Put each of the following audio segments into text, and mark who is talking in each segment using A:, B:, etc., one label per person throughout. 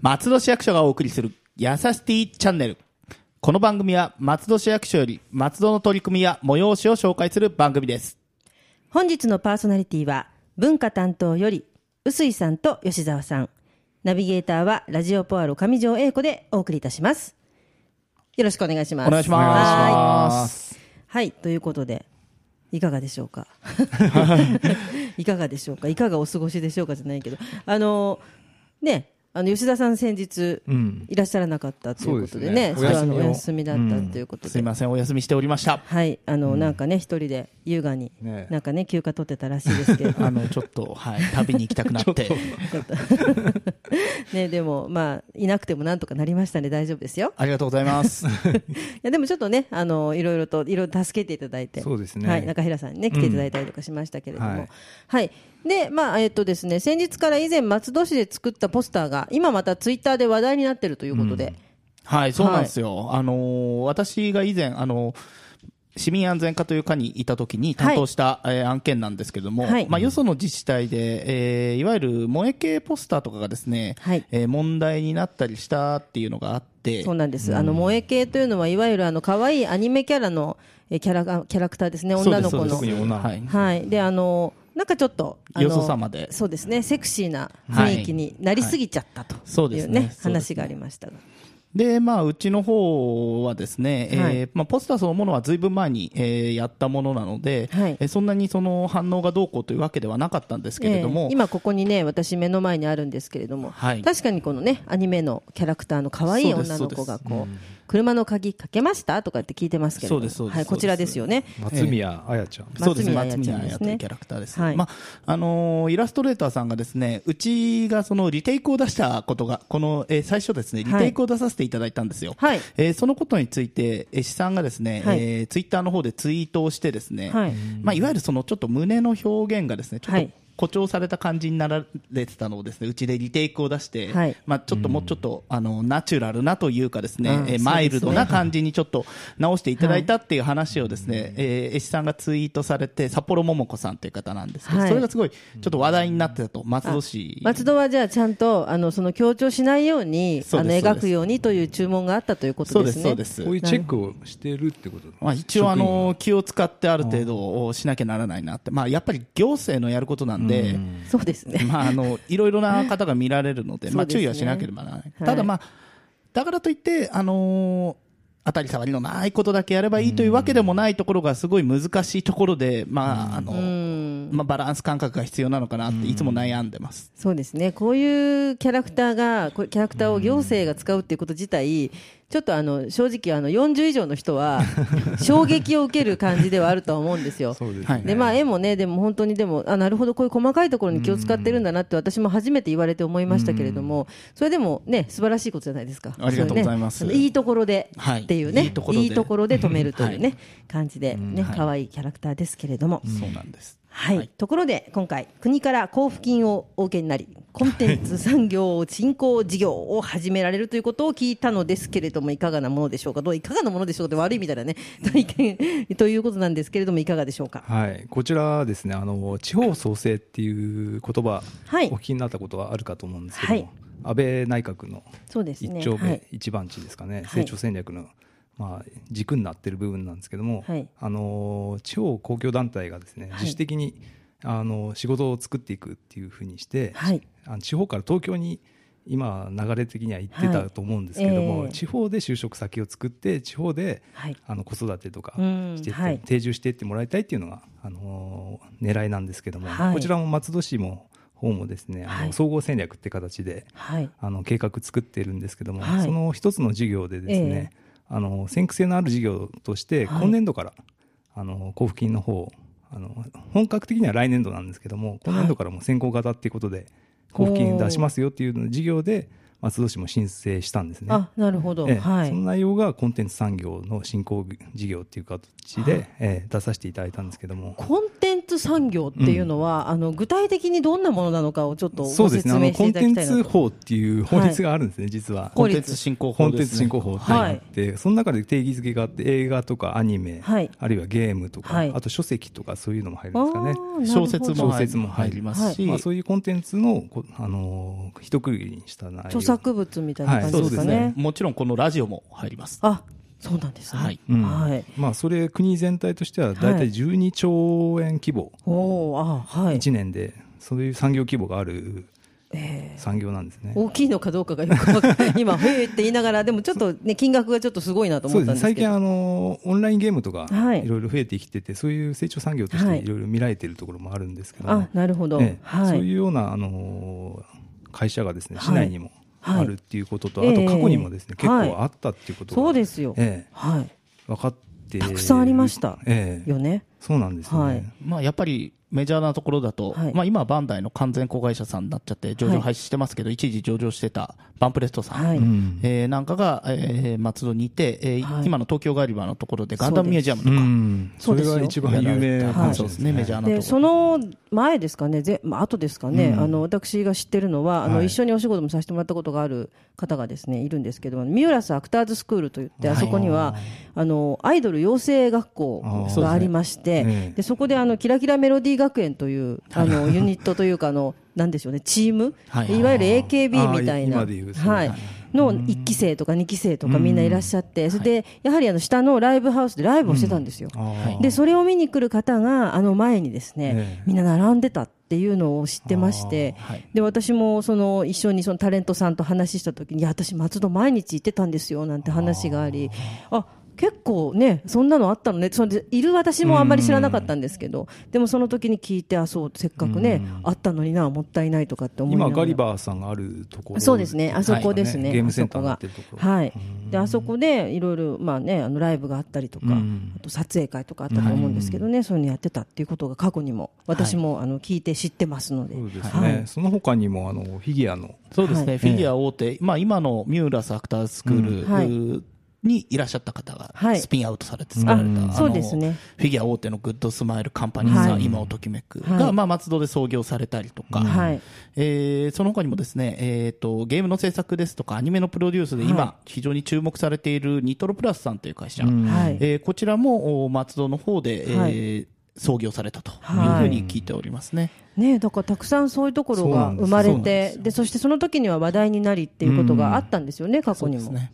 A: 松戸市役所がお送りする「やさしティチャンネル」この番組は松戸市役所より松戸の取り組みや催しを紹介する番組です
B: 本日のパーソナリティは文化担当より臼井さんと吉澤さんナビゲーターはラジオポアロ上条英子でお送りいたしますよろしくお願いします
A: お願いします
B: はいということでいかがでしょうかいかがでしょうかいかがお過ごしでしょうかじゃないけどあのねあの吉田さん先日
C: うん
B: いらっしゃらなかったということでね,、
C: そうで
B: そ
C: すね
B: れはあの
C: お
B: お
C: 休みを
B: 休みだったということで、
A: すいませんお休みしておりました
B: はいあの、なんかね一人で優雅に、
C: ね
B: なんかね休暇取ってたらしいです けれど
A: あのちょっとはい旅に行きたくなっ て
B: ね、でも、まあ、いなくてもなんとかなりましたね、大丈夫ですよ。
A: ありがとうございます
B: いや、でもちょっとね、あの、いろいろと、いろいろ助けていただいて。
C: そうですね
B: はい、中平さんにね、来ていただいたりとかしましたけれども。
C: うん
B: は
C: はいい、
B: で、まあ、えっとですね、先日から以前、松戸市で作ったポスターが、今またツイッターで話題になってるということで。
A: はい、そうなんですよ。あのー私が以前、あのー市民安全課という課にいたときに担当した、えー案件なんですけれども、
B: はい
A: まあ、よその自治体で、えーいわゆる萌え系ポスターとかがですね、
B: はい
A: えー問題になったりしたっていうのがあって
B: そう、なんです、あの萌え系というのはいわゆるあの可愛いアニメキャラのえキャラがキャラクターですね女の子
A: そうです
B: の
A: そうです
C: 特に女の子
A: はい
B: はい、であのなんかちょっとあの
A: よそ様で
B: そうですねセクシーな雰囲気になりすぎちゃったというね,、
A: そうですねそうですね
B: 話がありましたが
A: で、まあ、うちの方はですね、えー
B: はい
A: まあ、ポスターそのものはずいぶん前に、えーやったものなので、
B: はい
A: えーそんなにその反応がどうこうというわけではなかったんですけれども、
B: ええ今ここにね私目の前にあるんですけれども、
A: はい
B: 確かにこのねアニメのキャラクターの可愛い
A: そうです
B: 女の子が
A: そ
B: こう車の鍵かけましたとかって聞いてますけれども
A: そうですそうです
B: はい、こちらですよね
C: 松宮彩ちゃん、
A: そうです
B: 松
A: 松宮
B: 宮彩ちゃんです
A: 彩
B: ね
A: というキャラクターです、
B: はい
A: まああのーイラストレーターさんがですねうちがそのリテイクを出したことがこの、えー最初ですねリテイクを出させていただいたんですよ、
B: はい
A: えーそのことについてえー石さんがですね、
B: はい
A: えーツイッターの方でツイートをしてですね、
B: はい
A: いまあ、いわゆるそのちょっと胸の表現がですねちょっと、
B: はい
A: 誇張された感じになられてたのをですねうちでリテイクを出して、
B: はい
A: まあ、ちょっともうちょっと、あのナチュラルなというかですね、
B: うん
A: えー
B: そうですね
A: マイルドな感じにちょっと直していただいたっていう話をですね、えー絵師さんがツイートされて札幌桃子さんという方なんですけど、
B: はい
A: それがすごいちょっと話題になってたと松戸市
B: 松戸はじゃあちゃんとあのその強調しないように
A: そ
B: あ
A: う
B: の
A: です
B: 描くようにという注文があったということ
A: そう
B: で
A: ですす
B: ね
A: そうです
C: こういうチェックをしてるってこと
A: まあ、一応、あの気を使ってある程度をしなきゃならないなって、まあ、やっぱり行政のやることなんで、
B: そうですね
A: まあ、あのいろいろな方が見られるので、ま
B: そう
A: あ、
B: ですね
A: 注意はしなければならない、
B: はい
A: ただ、まあ、だからといって、あのー当たり障りのないことだけやればいいというわけでもないところが、すごい難しいところで、まああのまあ、バランス感覚が必要なのかなって、いつも悩んでます。
B: そうですねこういうキャラクターがこうキャラクターを行政が使うっていうこと自体ちょっとあの正直あの40以上の 人は衝撃を受ける感じではあるとは思うんですよ。
C: うです
A: はい
B: でまあ、絵もね、でも本当にでもあなるほど、こういう細かいところに気を使ってるんだなって私も初めて言われて思いましたけれども、それでもね素晴らしいことじゃないですか、
A: ありがとうございます
B: それねあのいいところで
A: はい
B: っていうね、
A: い
B: い
A: いところで
B: いところで止めるというね、
A: は
B: 感じで、ね
A: はい
B: 可愛いキャラクターですけれども。
A: そうなんです
B: はい、
A: はい
B: ところで今回国から交付金をお受けになりコンテンツ産業振興事業を始められるということを聞いたのですけれどもいかがなものでしょうかどういかがなものでしょうかって悪いみたいなね体験ということなんですけれどもいかがでしょうか
C: はい、こちらですねあの地方創生っていう言葉、
B: はい
C: お聞きになったことはあるかと思うんですけども、
B: はい
C: 安倍内閣の
B: そうですね
C: 一丁目、
B: はい
C: 一番地ですかね、
B: い
C: 成長戦略の、まあ、軸になってる部分なんですけども、
B: はい
C: あの地方公共団体がですね
B: はい
C: 自主的に、あの仕事を作っていくっていうふうにして、
B: はい
C: あの地方から東京に今流れ的には行ってたと思うんですけども、
B: はいええ
C: 地方で就職先を作って地方で
B: はい
C: あの子育てとか
B: うん
C: してって
B: はい
C: 定住していってもらいたいっていうのが、あのー狙いなんですけども、
B: はい
C: こちらも松戸市も方もですね、あの
B: はい
C: 総合戦略って形で
B: はい
C: あの計画作ってるんですけども、
B: はい
C: その一つの事業でですね、あの先駆性のある事業として
B: はい
C: 今年度から、あの交付金の方をあの本格的には来年度なんですけども今年度からもう先行型っていうことで交付金出しますよっていうの事業で松戸市も申請したんですね。
B: あなるほど、
C: ええ
B: はい
C: その内容がコンテンツ産業の振興事業っていう形で、ええ出させていただいたんですけども、
B: コンテンツ産業っていうのは、あの具体的にどんなものなのかをちょっと
C: そ
B: ご
C: うです
B: 説
C: ねあの
B: 明し
C: コ
B: てい
C: ン
B: ただ
C: テ
B: き
C: ン
B: たいな
C: ツ
B: と。
C: 法っていう法律があるんですね、実は
B: 法
A: コン
B: 律
A: テンツ振興
C: コ
A: 法
C: ンテ
A: で
C: ンツ
A: す、
C: 振
A: ね。
C: 興法って
B: はい
C: あって、その中で定義づけがあって映画とかアニメ、
B: はい
C: あるいはゲームとか、
B: はい
C: あと書籍とかそういうのも入るんですかね、
B: あー
A: 小説も
C: 小説も
A: 入
C: 入
A: り
C: り
A: ますし、
C: まあ、そういうコンテンツのこ、あのー一区切りにした内容
B: 著作物みたいな感
C: そ
B: じ
C: う
B: で
C: ですす
B: か
C: ね
B: ね。
A: もちろんこのラジオも入ります。
B: あ、そうなんですね。
A: はい
C: うん
B: はい
C: まあ、それ国全体としては大
B: はい
C: 体12兆円規模、
B: おお、あ、はい。
C: 1年でそういう産業規模がある
B: えー
C: 産業なんですね。
B: 大きいのかどうかがよくわかん ない今、へーって言いながら、でもちょっとね、金額がちょっとすごいなと
C: そ
B: 思
C: う
B: っ
C: で
B: た
C: す
B: ん
C: ね、
B: ですけ
C: 最近
B: ど。
C: あのーオンラインゲームとか
B: はい
C: いろいろ増えてきてて、そういう成長産業とし
B: は
C: て
B: い
C: いろいろ見られているところもあるんですけども、
B: あ、なるほど。
C: ええ
B: は
C: そう
B: い。
C: いうようなあのー会社がですね
B: はい
C: 市内にも
B: はい
C: あるっていうことと、
B: ええ
C: あと過去にもですね、結
B: はい
C: 構あったっていうことが、
B: そうですよ。
C: ええ
B: はい。
C: 分かって
B: たくさんありました
C: ええ
B: よね。
C: そうなんですよ
B: は
C: ね、
B: い
A: まあ、やっぱりメジャーなところだと、
B: はい
A: まあ、今はバンダイの完全子会社さんになっちゃって上場廃止してますけど、一時上場してたバンプレストさん、
B: はい。
C: うん
A: えーなんかが、えー松戸にいて、えー
B: はい
A: 今の東京ガリバーのところでガンダムミュージアムと
C: う
A: か
C: ん
B: そ
C: そう
B: で
C: れ
B: すよ
C: が一番有名な
A: はい
C: 話
A: そうで
C: で
A: す
C: す
A: ね、
C: ね。
A: メジャーなとこ
B: で
A: ろ
B: その前ですかね、ぜまあ後ですかね、あの私が知ってるのは、あの
C: はい
B: 一緒にお仕事もさせてもらったことがある方がですねいるんですけど、ミューラスアクターズスクールといって、あそこにはあのアイドル養成学校がありまして、
C: あーそうですね
B: で
C: ええ
B: そこであのキラキラメロディー学園というあのユニットというかあの、なんでしょうね、チーム、
A: はい
B: いわゆる AKB
C: あー
B: みたいな、
C: 今で言うそう
B: はい
C: はい、
B: の1期生とか2期生とかみんないらっしゃって、それでやはりあの下のライブハウスでライブをしてたんですよ。
C: あー
B: でそれを見に来る方があの前にですね、
C: ええ
B: みんな並んでたっていうのを知ってまして、
A: あーはい
B: で私もその一緒にそのタレントさんと話した時にいや私、松戸毎日行ってたんですよなんて話がありあ結構ねそんなのあったのねそれでいる私もあんまり知らなかったんですけど、でもその時に聞いてあそうせっかくね、あったのになもったいないとかって思いなが
C: 今
B: ら
C: ガリバーさんがあるところ
B: そうですね、あそこですね、
C: ゲームセンターにな
B: あ
C: って
B: そ
C: る
B: こ
C: ところ
B: が。はい、で、あそこでいろいろ、まあね、あのライブがあったりとか
C: うん、
B: あと撮影会とかあったと思うんですけどね、そういうのやってたっていうことが過去にも。私も、あの、聞いて知ってますので。
C: そうです
B: は
C: ね、
B: い
C: その他にもあのフィギュアの
A: そうですね、
B: はい
A: フィギュア大手、まあ、今のミューラスアクターズスクール、
B: うんはい
A: うにいらっしゃった方が
B: はい
A: スピンアウトされて作られた、
B: あ
A: あの
B: そうですね
A: フィギュア大手のグッドスマイルカンパニーさん、
B: はい
A: 今をときめく
B: はい
A: が、まあ、松戸で創業されたりとか、
B: はい
A: えーその他にもですね、えー、とゲームの制作ですとかアニメのプロデュースで今、
B: は
A: 非常に注目されているニトロプラスさんという会社、
B: はい
A: えーこちらもお松戸の方で、えー
B: はい
A: 創業されたというふ
B: は
A: う
B: い
A: に聞いておりますね。
B: ね、だからたくさんそういうところ
C: そう
B: が
C: なんです
B: 生まれ
A: そうなんで
B: て、で、そしてその時には話題になりっていうことがあったんですよね、過去に
A: そう
B: も
A: です。ね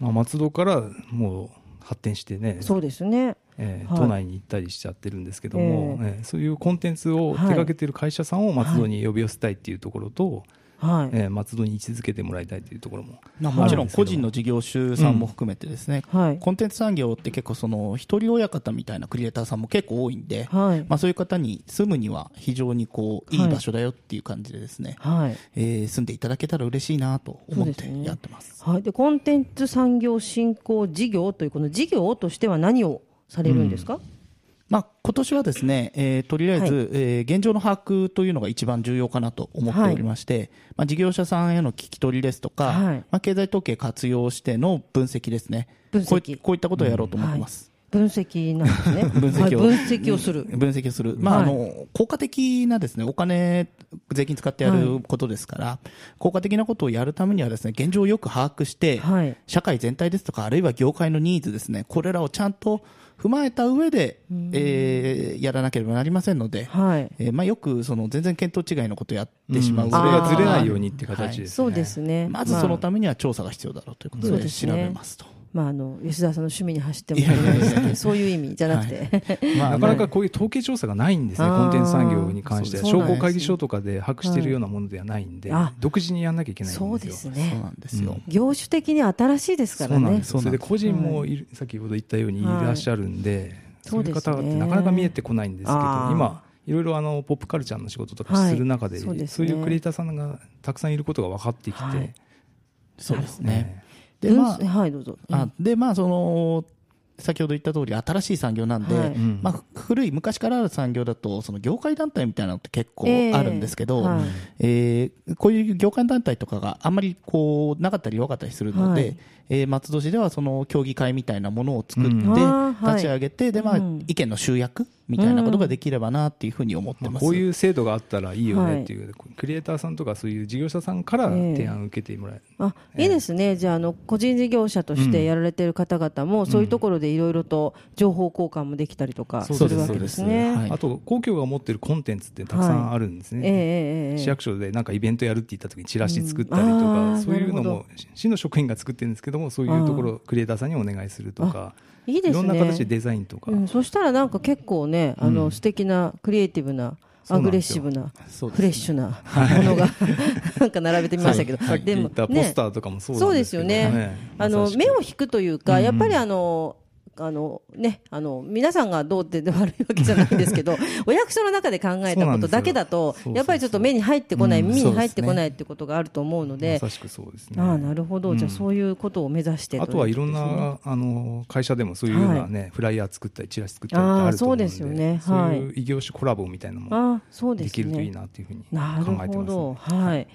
C: まあ、松戸からもう発展してね、
B: そうですね。
C: えー
B: はい
C: 都内に行ったりしちゃってるんですけども、えーそういうコンテンツを手掛けてる会社さんを松戸に呼び寄せたいっていうところと、
B: はい。
C: えー松戸に位置づけてもらいたいっていうところも
A: まあ、もちろん個人の事業主さんも含めてですね、
B: はい
A: コンテンツ産業って結構その一人親方みたいなクリエイターさんも結構多いんで、
B: はい
A: まあ、そういう方に住むには非常にこういい場所だよっていう感じでですね、
B: はい。
A: えー住んでいただけたら嬉しいなと思って
B: そうですね
A: やってます。
B: はい、でコンテンツ産業振興事業というこの事業としては何をされるんですか、
A: まあ、今年はですね、えーとりあえず、
B: は
A: えー現状の把握というのが一番重要かなと思っておりまして、まあ、事業者さんへの聞き取りですとか、
B: はい
A: まあ、経済統計活用しての分析ですね
B: 分析
A: こういこういったことをやろうと思ってます。
B: 分析なんですね
A: 分析を
B: はい、分析をする、
A: 分析をする、まあ
B: はい
A: あの効果的なですねお金、税金使ってやることですから、効果的なことをやるためにはですね現状をよく把握して、
B: はい
A: 社会全体ですとか、あるいは業界のニーズですね、これらをちゃんと踏まえた上で、えーやらなければなりませんので、
B: はい
A: えーまあ、よくその全然見当違いのことをやってしまう、
C: それ
B: あ
C: が
B: ー
C: ずれないようにって形です、ね
B: そうですね
A: まずその
B: まあ
A: ためには調査が必要だろうということ
B: そう
A: で
B: です
A: 調
B: ね
A: べますと。
B: まあ、あの吉澤さんの趣味に走ってもらえないですけどそういう意味じゃなくて、
A: まあ
C: なかなかこういう統計調査がないんですね、
B: あー
C: コンテンツ産業に関しては、
B: そう
C: 商
B: なんですね
C: 工会議所とかで把握しているようなものではないんで、
B: はいあ
C: 独自にやんなきゃいけないんですよ。
B: そうです
A: そう
B: ね
A: なんですよ、
B: 業種的に新しいです
C: そ
B: か
C: う
B: ら
C: なん
B: ね
C: ですよそれで個人もいる、先ほど言ったようにいらっしゃるんで、そういう方
B: そう
C: っ
B: で
C: て
B: すね
C: なかなか見えてこないんですけど、
B: あー
C: 今、いろいろあのポップカルチャーの仕事とか
B: はい
C: する中で、
B: そ
C: そうう
B: ですね
C: いうクリエイターさんがたくさんいることが分かってきて、
B: はい
A: そうですね。
C: ね
A: でまあ
B: 分はいどうぞ、
A: あでまあその先ほど言った通り新しい産業なんで、
B: はい
C: ん
A: まあ、ふ古い昔からある産業だとその業界団体みたいなのって結構
B: ええ
A: あるんですけど、え
B: はい
A: ーこういう業界団体とかがあんまりこうなかったり弱かったりするので、
B: はい
A: えー松戸市ではその協議会みたいなものを作って
C: うん
B: あーはい
A: 立ち上げて、でまあ、
B: うん
A: 意見の集約みたいなことができればなっていうふうに思って
C: まあ
A: ます。
C: こういう制度があったらいいよねっていう、クリエイターさんとかそういう事業者さんから提案を受けてもらえる、
B: あいいですね、じゃああの、個人事業者としてやられてる方々も、そういうところでいろいろと情報交換もできたりとかす
C: そうです
B: るわけです
A: そ
B: ね。
A: うですはい
C: あと公共が持ってるコンテンツってたくさんあるんですね、
B: ええええええ
C: 市役所でなんかイベントやるって言った時にチラシ作ったりと
B: うん
C: か、
B: あー
C: そういうの
B: なるほ
C: も市の職員が作ってるんですけどもそういうところをクリエイターさんにお願いするとか
B: いいですね。
C: ろんな形でデザインとか、
B: うん、そしたらなんか結構ね、あの、
C: うん
B: 素敵なクリエイティブな。
C: そ
B: ア
C: うな
B: グ
C: ん
B: レッ
C: です
B: シ
C: よ
B: ブな、
A: そうですね
B: フレッシュなものが、 なんか並べてみましたけど、
C: さっき
B: で
C: 言
B: も
C: ったポスターとかもそうなん
B: そうで
C: ですすけ
B: よ
C: ど
B: ね、あ
C: ま
B: の
C: さしく
B: 目を引くというか、
C: うんうん
B: やっぱりあの、あのね、あの皆さんがどうって悪いわけじゃないんです けど、お役所の中で考えた
C: そうな
B: こ
C: ん
B: と
C: ですよ
B: だけだと
C: そうそう、そう
B: やっぱりちょっと目に入ってこない、
C: うん
B: 耳に
A: そう
B: 入
A: で
B: っ
A: す
B: て
A: ね
B: こないってことがあると思うの
C: ま
B: で、
C: さしくそうですね
B: ああなるほど、じゃあ
C: うん
B: そういうことを目指して
C: あとはいろん
B: ということですね
C: なあの会社でもそういうようなね、フライヤー作ったりチラシ作ったりって
B: あー
C: あると思うんで
B: そうですよね
C: そう
B: はい
C: いう異業種コラボみたいなのも
B: ああそうで
C: ですき
B: ね
C: るといいなっていうふうに考
B: なる
C: えて
B: ほ
C: ます、
B: ど、
C: ね、
B: はい。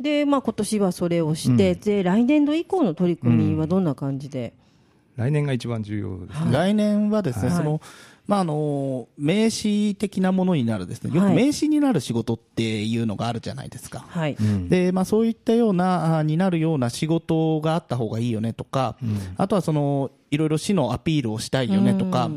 B: で、まあ今年はそれをして、で来年度以降の取り組みはどんな感じで、
C: 来年が一番重要ですね
A: 来年はですね、
B: はい
A: その、まあ、あの、名刺的なものになるですね、よく
B: はい
A: 名刺になる仕事っていうのがあるじゃないですか。
B: はい、
A: で、まあ、そういったような、あになるような仕事があった方がいいよねとか、あとはその、いろいろ市のアピールをしたいよねとか、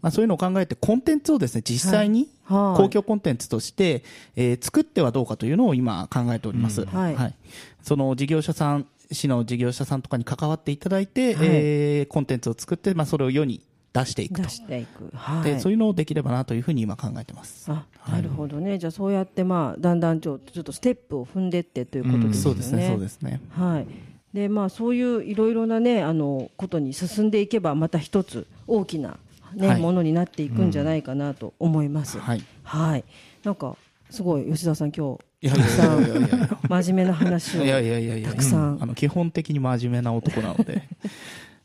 A: まあ、そういうのを考えて、コンテンツをですね、実際に、
B: はい
A: 公共コンテンツとして、えー作ってはどうかというのを今考えております。
B: はい
A: その事業者さん、市の事業者さんとかに関わっていただいて、
B: はい
A: えーコンテンツを作って、まあ、それを世に出していくと
B: 出。していく。はい。
A: で、そういうのをできればなというふうに今考えてます。
B: あなるほどね、じゃあそうやって、まあ、だんだんちょちょっとステップを踏んでってということです
A: そう
B: よね。
A: ですね、そうですね。
B: はいでまあ、そういういろいろな、ね、あのことに進んでいけばまた一つ大きな、ね
A: はい
B: ものになっていくんじゃないかなと思います。
A: はい
B: はいなんかすごい吉田さん、今
A: いや
B: 日
A: い
B: た
A: や
B: く
A: いやいやい
B: さん
A: やいや
B: 真面目な話を
A: いやいやいやいや
B: たくさん
A: あの基本的に真面目な男なので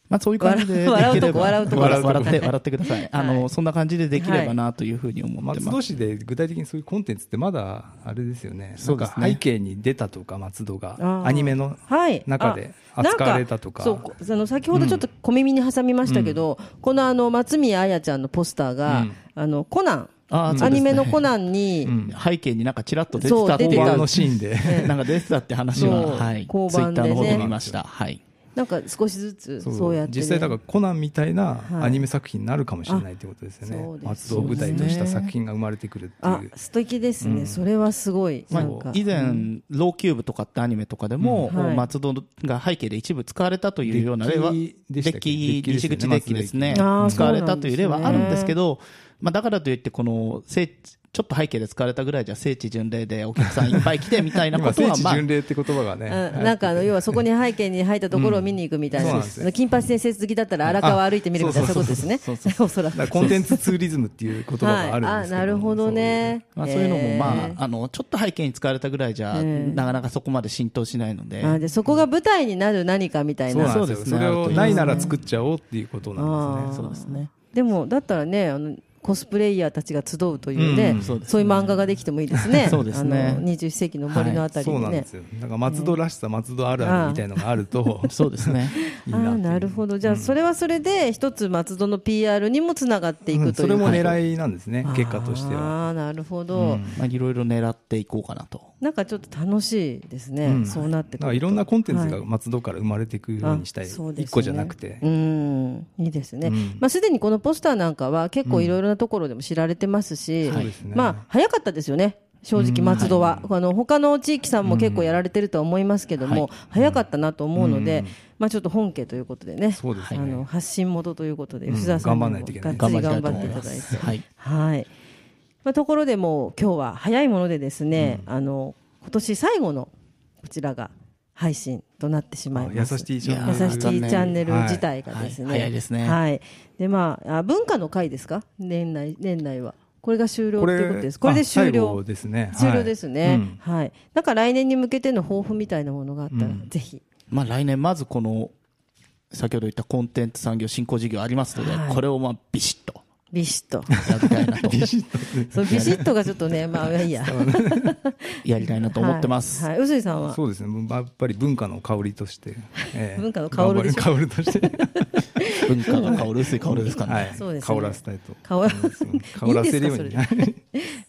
A: まあそういう感じでで
B: 笑う
A: きれば
B: 笑うとこ
A: 笑う
B: 笑う
A: とこ
B: とこ
A: 笑って笑ってくださいあの、
B: はい
A: そんな感じでできればなというふうに思って
C: 松
A: ます、
C: 戸市で具体的にそういうコンテンツってまだあれですよね
A: そうですね
C: なんか背景に出たとか松戸
B: あ
C: が
B: ー
C: アニメの
B: はい、
C: 中で
B: あなん
C: 扱われたとか,、
B: そうこあの先ほどちょっと小耳に挟みましたけど、このあの松宮彩ちゃんのポスターが、
C: うん
B: あのコナン、
A: あーそうですね
B: アニメのコナンに、
C: うん
A: 背景になんかちらっと出て
B: そ
A: た
B: う
A: って
B: 出て
A: い
B: た
C: 公安
A: う
C: のシーンで
A: なんか出てたって話は、
B: そう
A: はい、ツイ
B: 交
A: ッ
B: 番
A: タ
B: で
A: ー
B: ね
A: の方で見ました、はい、
B: なんか少しずつ
C: そ
B: そううやってね、
C: 実際だからコナンみたいな
B: はい
C: アニメ作品になるかもしれないってことですよね,、
B: あそうです
C: 松戸を舞台とした作品が生まれてくるってい
B: あ
C: う
B: 素敵ですね、それはすごい、
A: まあ
B: なんか
A: 以前、ローキューブとかってアニメとかでも、
B: うんはい
A: 松戸が背景で一部使われたというような例は、
C: デッキでしたっけ
A: デッキ
C: デッキです
A: 西
C: よね
A: 口デッキですね、
C: 松戸デッキ
B: あー
A: 使われたという例
B: そう
A: は
B: な
A: あ
B: んです
A: る
B: ね
A: んですけど、まあ、だからといって、この聖地、ちょっと背景で使われたぐらいじゃ、聖地巡礼でお客さんいっぱい来てみたいなこ
C: 今
A: と
C: 聖
A: は、
C: 地
A: まあ
C: 巡礼って言葉がね、
B: うんなんかあの要はそこに背景に入ったところを見に行くみたいな、
C: うんそうなんですよ
B: 金八先生好きだったら荒川
C: あ
B: 歩いてみるみたいな、そういうことですね、
C: そうそう
B: おそら
C: だから
B: く。
C: コンテンツツーリズムっていう言葉があるんですけども、
B: はい、あなるほどね。
A: まあ、そういうのも、
B: へ
A: まあ、
B: ー
A: あのちょっと背景に使われたぐらいじゃ、
B: えー
A: なかなかそこまで浸透しないので。
B: あでそこが舞台になる何かみたい
C: そう
B: な。
C: なんです
A: そうですね
C: よそれをないなら作っちゃおうっていうことなんですね
B: あー
A: そうですね
B: でもだったらねあのコスプレイヤーたちが集うという
C: う
B: ね
C: ん、うん
A: そうですね
B: そういう漫画ができてもいいです ね
A: そうですね
B: あの21世紀の森のあたり
C: そう
B: に
C: なん
B: ね
C: で、すよ。だから松戸らしさ、松戸あるあるみたいのがある と、
A: そうですね。
C: いい
B: あ
C: な
B: あ
C: っていう
B: なるほどじゃあそれはそれで一つ松戸の PR にもつながってい
C: うん
B: くとい、
C: そうれも狙いなんですね、結果としては。
B: ああなるほど、
A: まあ、いろいろ狙っていこうかなと。
B: なんかちょっと楽しいですね、
C: うん
B: そうなってく
C: だ
B: る
C: からいろんなコンテンツ
B: は
C: が
B: い
C: 松戸から生まれていくようにしたい、
B: あそうですね
C: 一個じゃなくて
B: う、んいいですね、
C: うん
B: まあ、すでにこのポスターなんかは結構いろいろなところでも知られてますし、
C: そうですね
B: まあ、早かったですよね。正直松戸は、あの他の地域さんも結構やられてるとは思いますけども、早かったなと思うので、まあちょっと本家ということでね、
C: そうです
B: あ
C: ね
B: の発信元ということで
C: うん
B: 吉沢さんにも
C: 頑張ん
B: が
C: な
B: っ
C: い
B: つ
C: とい
B: り
C: けない
B: 頑
A: 頑張りたいと思い
B: 張っていた
A: ま
B: だい
A: す。
B: て、
A: はい。
B: はい。まあ、ところでもう今日は早いものでですね、あの今年最後のこちらが配信となってしまいます。
C: 優しいティーチャン
B: 優
C: ネル
B: しいティーチャンネル自体がですね、
A: はいはい早いですね
B: はい。でまああ文化の会ですか年内年内はこれが終了ということです。これで終
C: あ最
B: 了
C: 後ですね。。
B: 終了ですすね
C: うん。
B: はい。なんか来年に向けての抱負みたいなものがあったらぜひ。
A: まあ、来年、まずこの、先ほど言ったコンテンツ産業振興事業ありますので、
B: はい
A: これをまあビシッと
B: ビシッと
A: やりたいなと、
B: そうビシッとがちょっとねまあいいや
A: やりたいなと思ってます。
B: はい、はい、臼井さんは
C: そうですね。やっぱり文化の香りとして、ええ
B: 文化の香るでしょ
C: 頑張る香るとして、
A: 文化が香る薄い香るですかね。
C: はい、
B: そうですね
C: 香らせたいと
B: 香ら
C: 思いますね香らせるよう
B: いいん
C: に
B: ですか
C: はい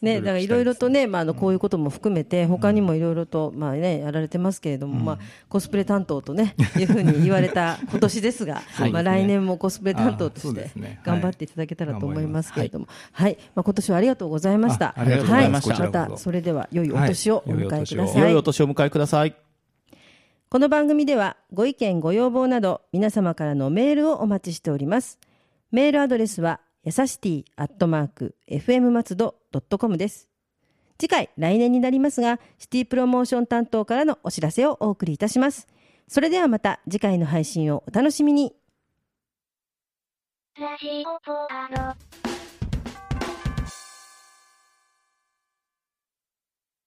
B: ね、だからいろいろとね、まあ、あのこういうことも含めて、他にもいろいろと、まあね、やられてますけれども、まあ、コスプレ担当とね、いうふうに言われた今年です が、
C: はい
B: まあ、来年もコスプレ担当と
C: あそ
B: し
C: うで
B: て
C: すねはい
B: 頑張っていただけたらと思いますけれども、はい、まあ、今年はありがとうございました。
C: あありが
A: とうございました
B: は
C: こちらこそ
B: また、それでは、良いお年をお迎えくださ
C: はい
A: 良
B: い
A: いお。年をお迎えください。
B: この番組ではご意見ご要望など皆様からのメールをお待ちしておりますメールアドレスはやさしティアットマーク FM 松戸ドットコムです次回来年になりますがシティプロモーション担当からのお知らせをお送りいたしますそれではまた次回の配信をお楽しみに
D: ラジオポアド。